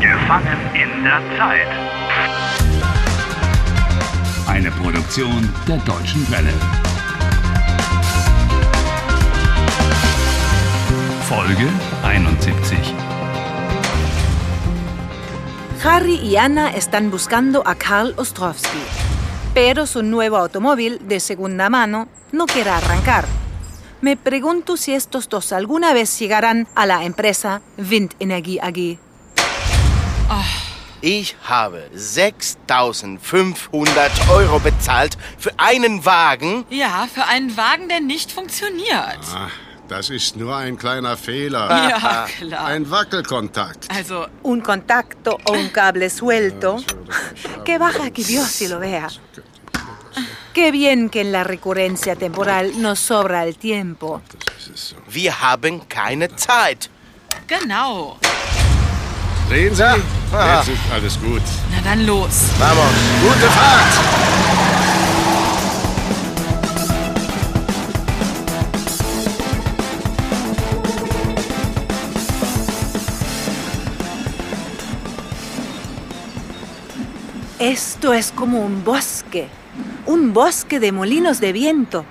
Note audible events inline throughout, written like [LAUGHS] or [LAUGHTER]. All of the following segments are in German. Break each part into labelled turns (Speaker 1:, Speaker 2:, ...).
Speaker 1: Gefangen in der Zeit.
Speaker 2: Eine Produktion der Deutschen Welle. Folge 71.
Speaker 3: Harry y Anna están buscando a Karl Ostrovsky, pero su nuevo automóvil de segunda mano no quiere arrancar. Me pregunto si estos dos alguna vez llegarán a la empresa Windenergie AG.
Speaker 4: Ich habe 6500 Euro bezahlt für einen Wagen.
Speaker 5: Ja, für einen Wagen, der nicht funktioniert.
Speaker 6: Ah, Das ist nur ein kleiner Fehler.
Speaker 5: Ja, klar.
Speaker 6: Ein Wackelkontakt.
Speaker 5: Also,
Speaker 3: Un contacto o un cable suelto. Que baja que Dios se lo vea. Qué bien que en la recurrencia temporal nos sobra el tiempo.
Speaker 4: Wir haben keine Zeit.
Speaker 5: genau.
Speaker 6: Sehen Sie? Jetzt ist alles gut.
Speaker 5: Na dann los.
Speaker 4: Vamos, gute Fahrt.
Speaker 3: Esto es como un bosque, un bosque de molinos de viento.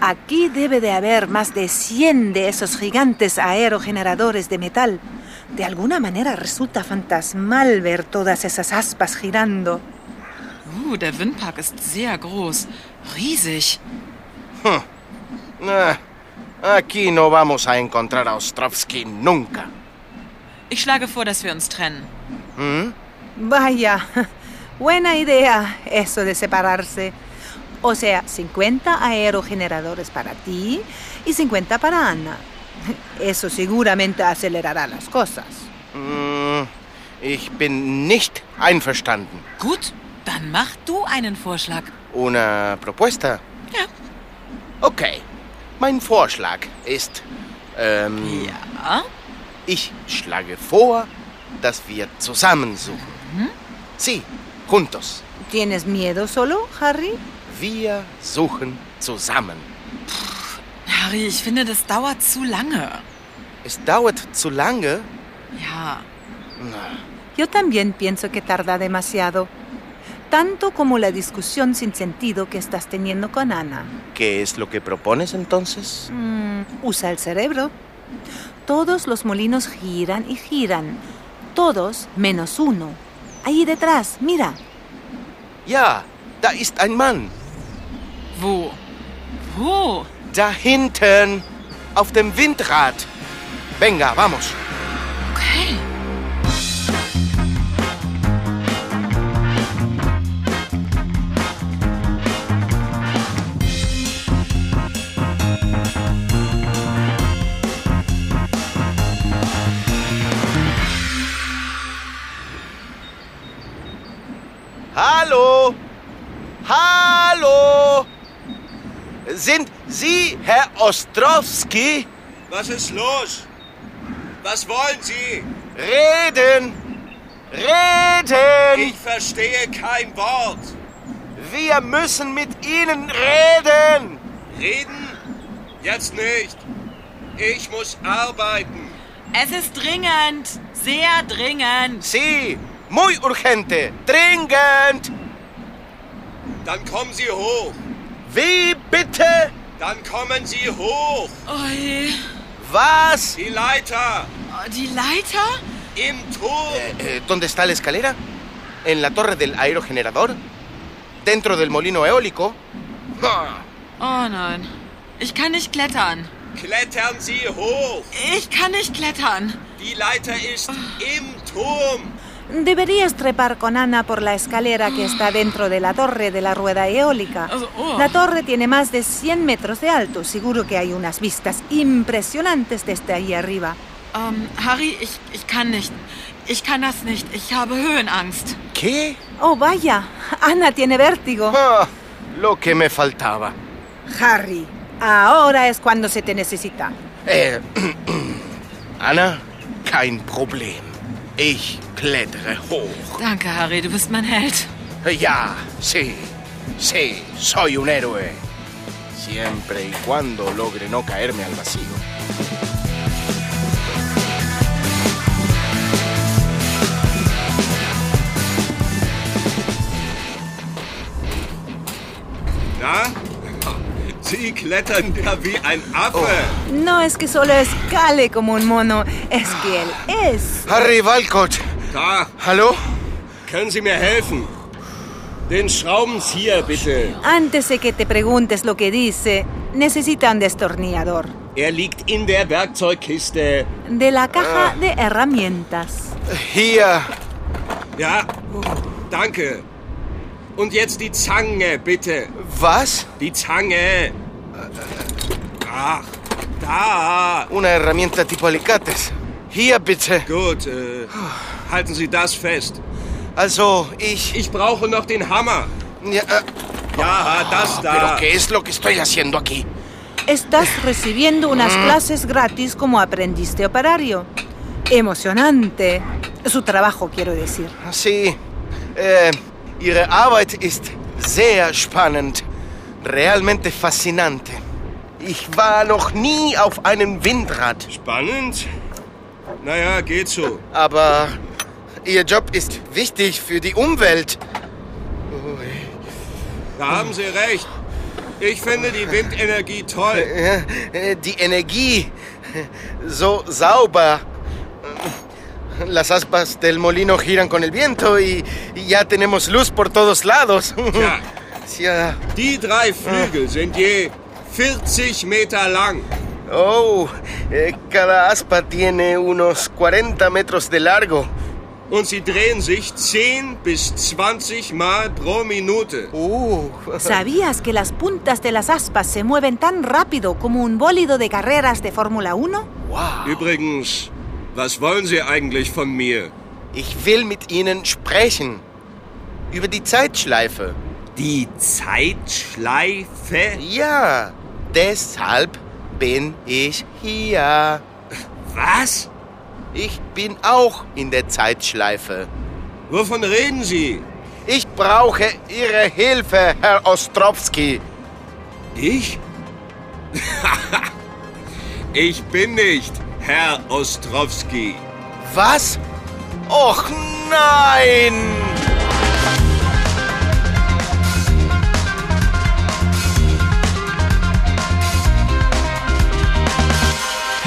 Speaker 3: Aquí debe de haber más de 100 de esos gigantes aerogeneradores de metal. De alguna manera resulta fantasmal ver todas esas aspas girando.
Speaker 5: Uh, der Windpark ist sehr groß. Riesig.
Speaker 4: Na, aquí no vamos a encontrar a Ostrovsky nunca.
Speaker 5: Ich schlage vor, dass wir uns trennen.
Speaker 3: Vaya, [LAUGHS] buena idea eso de separarse. O sea, 50 aerogeneradores para ti y 50 para Ana. [LAUGHS] Eso seguramente acelerará las cosas.
Speaker 4: Hm, Ich bin nicht einverstanden.
Speaker 5: Gut, dann mach du einen Vorschlag.
Speaker 4: Una propuesta.
Speaker 5: Ja.
Speaker 4: Okay. Mein Vorschlag ist, ähm,
Speaker 5: Ja?
Speaker 4: ich schlage vor, dass wir zusammen suchen.
Speaker 5: Mhm.
Speaker 4: Sí, juntos.
Speaker 3: ¿Tienes miedo solo, Harry?
Speaker 4: Wir suchen zusammen.
Speaker 5: Harry, ich finde, das dauert zu lange.
Speaker 4: Es dauert zu lange.
Speaker 5: Ja.
Speaker 3: Yo también pienso que tarda demasiado. Tanto como la discusión sin sentido que estás teniendo con Ana.
Speaker 4: ¿Qué es lo que propones entonces?
Speaker 3: Mm, usa el cerebro. Todos los molinos giran y giran. Todos menos uno. Ahí detrás, mira.
Speaker 4: Ja, da ist ein Mann.
Speaker 5: Wo? Wo?
Speaker 4: Da hinten. Auf dem Windrad. Venga, vamos.
Speaker 5: Okay.
Speaker 4: Hallo! Hallo! Sind Sie Herr Ostrowski?
Speaker 7: Was ist los? Was wollen Sie?
Speaker 4: Reden! Reden!
Speaker 7: Ich verstehe kein Wort.
Speaker 4: Wir müssen mit Ihnen reden!
Speaker 7: Reden? Jetzt nicht. Ich muss arbeiten.
Speaker 5: Es ist dringend. Sehr dringend.
Speaker 4: Sí, muy urgente, dringend!
Speaker 7: Dann kommen Sie hoch.
Speaker 4: Wie bitte?
Speaker 7: Dann kommen Sie hoch.
Speaker 5: Ui.
Speaker 4: Was?
Speaker 7: Die Leiter.
Speaker 5: Oh, Die Leiter?
Speaker 7: Im Turm.
Speaker 4: Eh, ¿Dónde está la escalera? ¿En la torre del aerogenerador? ¿Dentro del molino eólico? Ah,
Speaker 5: Oh nein. Ich kann nicht klettern.
Speaker 7: Klettern Sie hoch.
Speaker 5: Ich kann nicht klettern.
Speaker 7: Die Leiter ist im Turm.
Speaker 3: Deberías trepar con Ana por la escalera que está dentro de la torre de la rueda eólica.
Speaker 5: Oh.
Speaker 3: La torre tiene más de 100 metros de alto. Seguro que hay unas vistas impresionantes desde ahí arriba.
Speaker 5: Ähm, Harry, ich, ich kann nicht. Ich kann das nicht. Ich habe Höhenangst.
Speaker 4: ¿Qué?
Speaker 3: Oh, vaya. Ana tiene vértigo.
Speaker 4: Ah, lo que me faltaba.
Speaker 3: Harry, ahora es cuando se te necesita.
Speaker 4: Eh, [CLEARS THROAT] Anna, kein Problem. Ich klettere hoch.
Speaker 5: Danke, Harry, du bist mein Held.
Speaker 4: Ja, sí, sí, soy un héroe. Siempre y cuando logre no caerme al vacío.
Speaker 7: klettern da wie ein Affe.
Speaker 3: No es que solo escale como un mono, es que él es.
Speaker 4: Harry Walcott.
Speaker 7: Da,
Speaker 4: Hallo?
Speaker 7: können Sie mir helfen? Den Schraubenzieher bitte.
Speaker 3: Antes de que te preguntes lo que dice, necesitan destornillador.
Speaker 7: Er liegt in der Werkzeugkiste.
Speaker 3: De la caja de herramientas.
Speaker 4: Hier.
Speaker 7: Ja, danke. Und jetzt die Zange, bitte.
Speaker 4: Was?
Speaker 7: Die Zange. Ach, da.
Speaker 4: Una herramienta tipo Alicates. Hier bitte.
Speaker 7: Gut, äh, halten Sie das fest.
Speaker 4: Also, ich.
Speaker 7: Ich brauche noch den Hammer.
Speaker 4: Ja, äh,
Speaker 7: Ja, das
Speaker 4: Ah, ¿Pero
Speaker 7: da.
Speaker 4: qué es lo que estoy haciendo aquí?
Speaker 3: Estás recibiendo unas clases gratis como aprendiz de operario. Emocionante. Su trabajo, quiero decir.
Speaker 4: Ah, Sí. Äh, Ihre Arbeit ist sehr spannend. Realmente faszinante. Ich war noch nie auf einem Windrad,
Speaker 7: Spannend. Naja, geht so.
Speaker 4: aber Ihr Job ist wichtig für die Umwelt.
Speaker 7: Da haben Sie recht. Ich finde die Windenergie toll.
Speaker 4: Äh, äh, Die Energie so sauber. Las aspas del molino giran con el viento y, y ya tenemos luz por todos lados. ah.
Speaker 7: Ja,
Speaker 4: [LAUGHS] Ja.
Speaker 7: die drei Flügel sind je 40 Meter lang.
Speaker 4: Oh, eh, cada aspa tiene unos 40 metros de largo.
Speaker 7: Und sie drehen sich 10 bis 20 Mal pro Minute.
Speaker 4: Uh,
Speaker 3: ¿Sabías que las puntas de las aspas se mueven tan rápido como un bólido de carreras de Fórmula 1?
Speaker 7: Übrigens, was wollen Sie eigentlich von mir?
Speaker 4: ich will mit Ihnen sprechen. Über die Zeitschleife.
Speaker 7: Die Zeitschleife?
Speaker 4: Ja, deshalb bin ich hier.
Speaker 7: Was?
Speaker 4: Ich bin auch in der Zeitschleife.
Speaker 7: Wovon reden Sie?
Speaker 4: Ich brauche Ihre Hilfe, Herr Ostrowski.
Speaker 7: Ich? [LAUGHS] ich bin nicht Herr Ostrowski.
Speaker 4: Was? Och nein!